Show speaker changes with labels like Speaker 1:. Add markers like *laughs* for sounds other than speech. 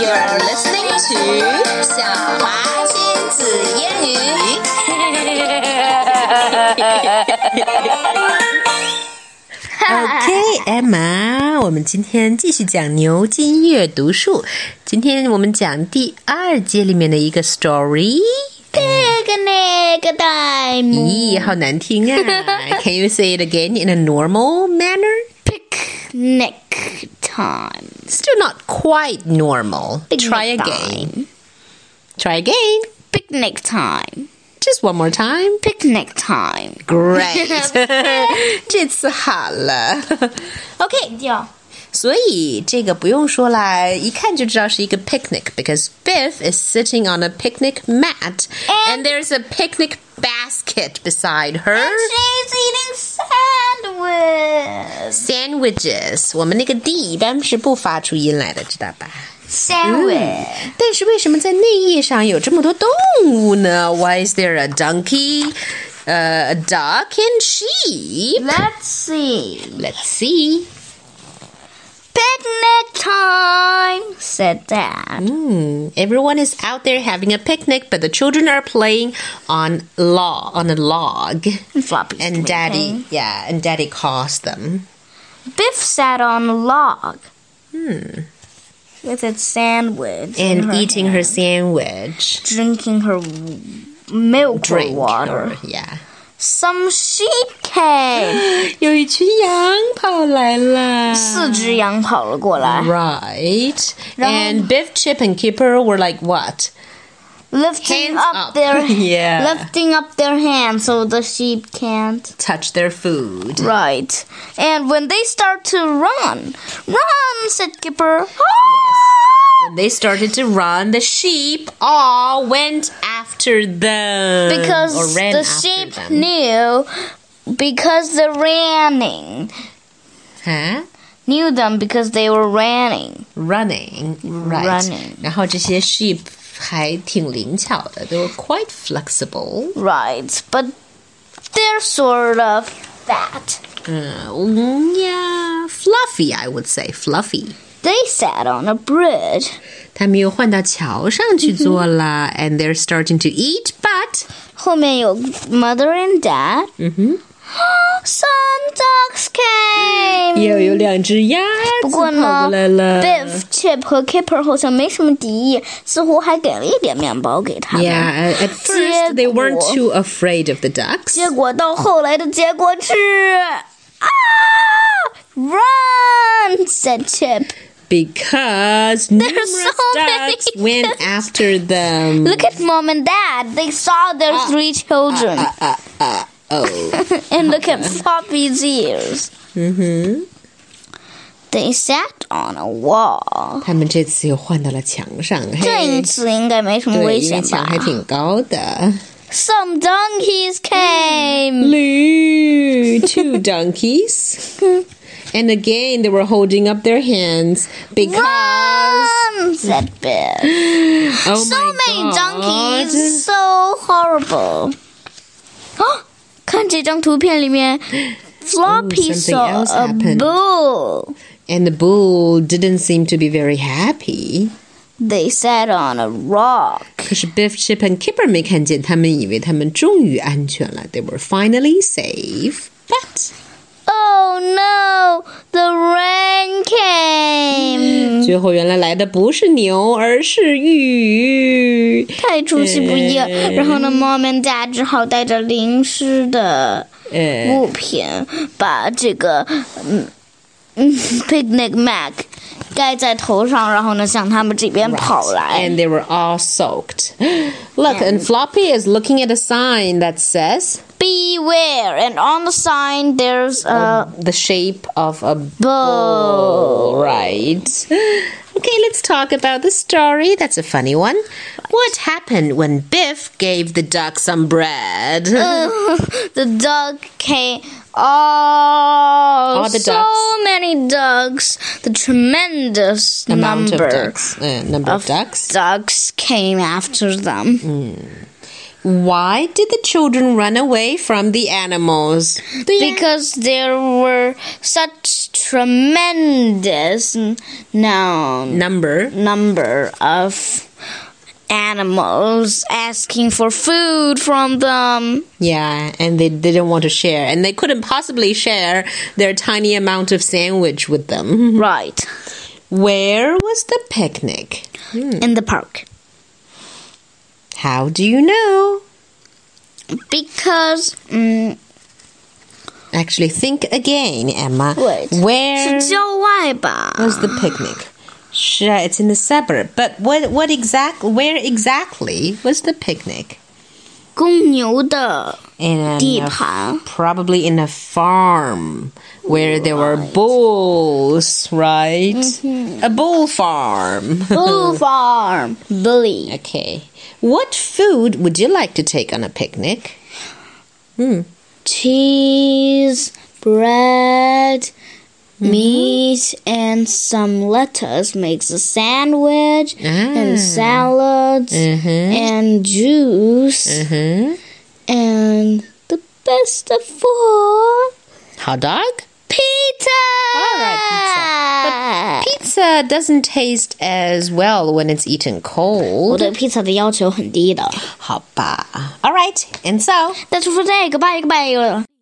Speaker 1: You're listening to 小华亲子英语。
Speaker 2: OK，Emma，我们今天继续讲牛津阅读树。今天我们讲第二节里面的一个 story。
Speaker 1: *laughs* Picnic time.
Speaker 2: 咦，好难听啊！Can you say it again in a normal manner?
Speaker 1: Picnic time.
Speaker 2: Still not quite normal. Try
Speaker 1: Picnic
Speaker 2: again. Try again.
Speaker 1: Picnic time.
Speaker 2: Just one more time.
Speaker 1: Picnic time. *laughs*
Speaker 2: Great，这次好了。
Speaker 1: OK，掉。
Speaker 2: 所以 *laughs* 这个不用说啦，一看就知道是一个 picnic，because Biff is sitting on a picnic mat and,
Speaker 1: And-
Speaker 2: there's a picnic basket beside her.
Speaker 1: She's eating sandwich.
Speaker 2: Sandwiches，我们那个 d 一般是不发出音来的，知道吧？
Speaker 1: Sandwich.
Speaker 2: 但是为什么在内页上有这么多动物呢？Why is there a donkey, uh, a duck and sheep?
Speaker 1: Let's see.
Speaker 2: Let's see.
Speaker 1: Picnic time. Said Dad.
Speaker 2: Hmm, everyone is out there having a picnic, but the children are playing on law on a log.
Speaker 1: And Floppy's
Speaker 2: And daddy, yeah, and daddy calls them.
Speaker 1: Biff sat on a log. Hmm. With its sandwich.
Speaker 2: And
Speaker 1: in her
Speaker 2: eating
Speaker 1: hand,
Speaker 2: her sandwich.
Speaker 1: Drinking her w- milk
Speaker 2: Drink.
Speaker 1: or water.
Speaker 2: or-
Speaker 1: *laughs*
Speaker 2: yeah.
Speaker 1: Some sheep
Speaker 2: *gasps*
Speaker 1: came.
Speaker 2: 有一群羊跑来了。
Speaker 1: 四只羊跑了过来。
Speaker 2: Right.
Speaker 1: 然后-
Speaker 2: And Biff, Chip, and Kipper were like, what?
Speaker 1: Lifting
Speaker 2: Hands
Speaker 1: up,
Speaker 2: up. *laughs*
Speaker 1: their
Speaker 2: Yeah.
Speaker 1: lifting up their hands so the sheep can't.
Speaker 2: Touch their food.
Speaker 1: Right. And when they start to run, run, said Kipper. *gasps*
Speaker 2: When they started to run, the sheep all went after them.
Speaker 1: Because
Speaker 2: or ran
Speaker 1: the
Speaker 2: after
Speaker 1: sheep
Speaker 2: them.
Speaker 1: knew because they're running.
Speaker 2: Huh?
Speaker 1: Knew them because they were running.
Speaker 2: running, right?
Speaker 1: Running.
Speaker 2: 然后这些 sheep 还挺灵巧的，they were quite flexible.
Speaker 1: Right. But they're sort of fat.
Speaker 2: 嗯，yeah, fluffy, I would say fluffy.
Speaker 1: They sat on a bridge.
Speaker 2: 他们又换到桥上去坐了 and they're starting to eat, but
Speaker 1: 后面有 mother and dad. *gasps* Some ducks came.
Speaker 2: 又有两只鸭子跑过来了。
Speaker 1: Biff、Chip 和 Kipper 好像没什么敌意，似乎还给了一点面包给他们。
Speaker 2: Yeah, at first they weren't
Speaker 1: 结果
Speaker 2: too
Speaker 1: -
Speaker 2: afraid of the ducks.
Speaker 1: 结果到后来的结果是啊，Run said Chip.
Speaker 2: Because numerous
Speaker 1: so many
Speaker 2: ducks *laughs* went after them.
Speaker 1: Look at mom and dad. They saw their
Speaker 2: Uh,
Speaker 1: three children.
Speaker 2: oh.
Speaker 1: *laughs* and look at Floppy's ears. Mm-hmm. They sat on a wall.
Speaker 2: 他们这次又换到了墙上，
Speaker 1: 这一
Speaker 2: 嘿，
Speaker 1: 次应该没什么危
Speaker 2: 对，因为
Speaker 1: 险
Speaker 2: 墙
Speaker 1: 吧
Speaker 2: 还挺高的。
Speaker 1: ？Some donkeys came.
Speaker 2: Blue, two *laughs* donkeys, and again they were holding up their hands Mm, because
Speaker 1: Run, said Biff.
Speaker 2: oh
Speaker 1: so
Speaker 2: my
Speaker 1: many
Speaker 2: God.
Speaker 1: donkeys, so horrible. *gasps* 看这张图片里面 Floppy
Speaker 2: Ooh, something
Speaker 1: saw
Speaker 2: else
Speaker 1: a
Speaker 2: happened.
Speaker 1: bull.
Speaker 2: and the bull didn't seem to be very happy.
Speaker 1: They sat on a rock.
Speaker 2: 可是 Biff, Chip and Kipper 没看见，他们以为他们终于安全了，they were finally safe. But
Speaker 1: Oh no, the rain came.
Speaker 2: 最后原来来的不是牛，而是雨。
Speaker 1: 太出其不意了。然后呢，Mom and Dad 只好带着淋湿的
Speaker 2: 呃。
Speaker 1: *laughs* 物品，把这个嗯嗯 Mac 盖在头上，然后呢向他们这边跑来。
Speaker 2: and they were all soaked. *gasps* Look, and Floppy is looking at a sign that says
Speaker 1: Beware! And on the sign, there's a
Speaker 2: the shape of a
Speaker 1: bull.
Speaker 2: bull, right? *gasps* Okay, let's talk about the story. That's a funny one. What happened when Biff gave the duck some bread?
Speaker 1: *laughs* Uh, The duck came. Oh,
Speaker 2: All the
Speaker 1: so
Speaker 2: ducks.
Speaker 1: many ducks. The
Speaker 2: *laughs*
Speaker 1: tremendous
Speaker 2: Amount
Speaker 1: number
Speaker 2: of ducks. Uh, number of
Speaker 1: of
Speaker 2: ducks.
Speaker 1: ducks came after them.
Speaker 2: Why did the children run away from the animals?
Speaker 1: because there were such tremendous n- noun
Speaker 2: Number.
Speaker 1: number of animals asking for food from them.
Speaker 2: Yeah, and they didn't want to share, and they couldn't possibly share their tiny amount of sandwich with them. *laughs*
Speaker 1: Right.
Speaker 2: Where was the picnic?
Speaker 1: In the park.
Speaker 2: How do you know?
Speaker 1: Because mm,
Speaker 2: Actually, think again, Emma.
Speaker 1: Wait.
Speaker 2: Where
Speaker 1: 是郊外吧。
Speaker 2: was the picnic? Sure, it's in the suburb. But what? What exactly? Where exactly was the picnic?
Speaker 1: 公牛的
Speaker 2: In a-
Speaker 1: 地盘。
Speaker 2: probably in a farm where there were bulls, right? A bull farm.
Speaker 1: Bull farm. Bully.
Speaker 2: Okay. What food would you like to take on a picnic?
Speaker 1: cheese, bread, Mm-hmm. meat, and some lettuce makes a sandwich, and salads, and juice,
Speaker 2: Mm-hmm.
Speaker 1: and the best of all,
Speaker 2: Hot dog?
Speaker 1: pizza.
Speaker 2: All right, Pizza doesn't taste as well when it's eaten cold.
Speaker 1: 我对pizza的要求很低的。
Speaker 2: 好吧. All right. And so.
Speaker 1: That's for today. Goodbye, goodbye.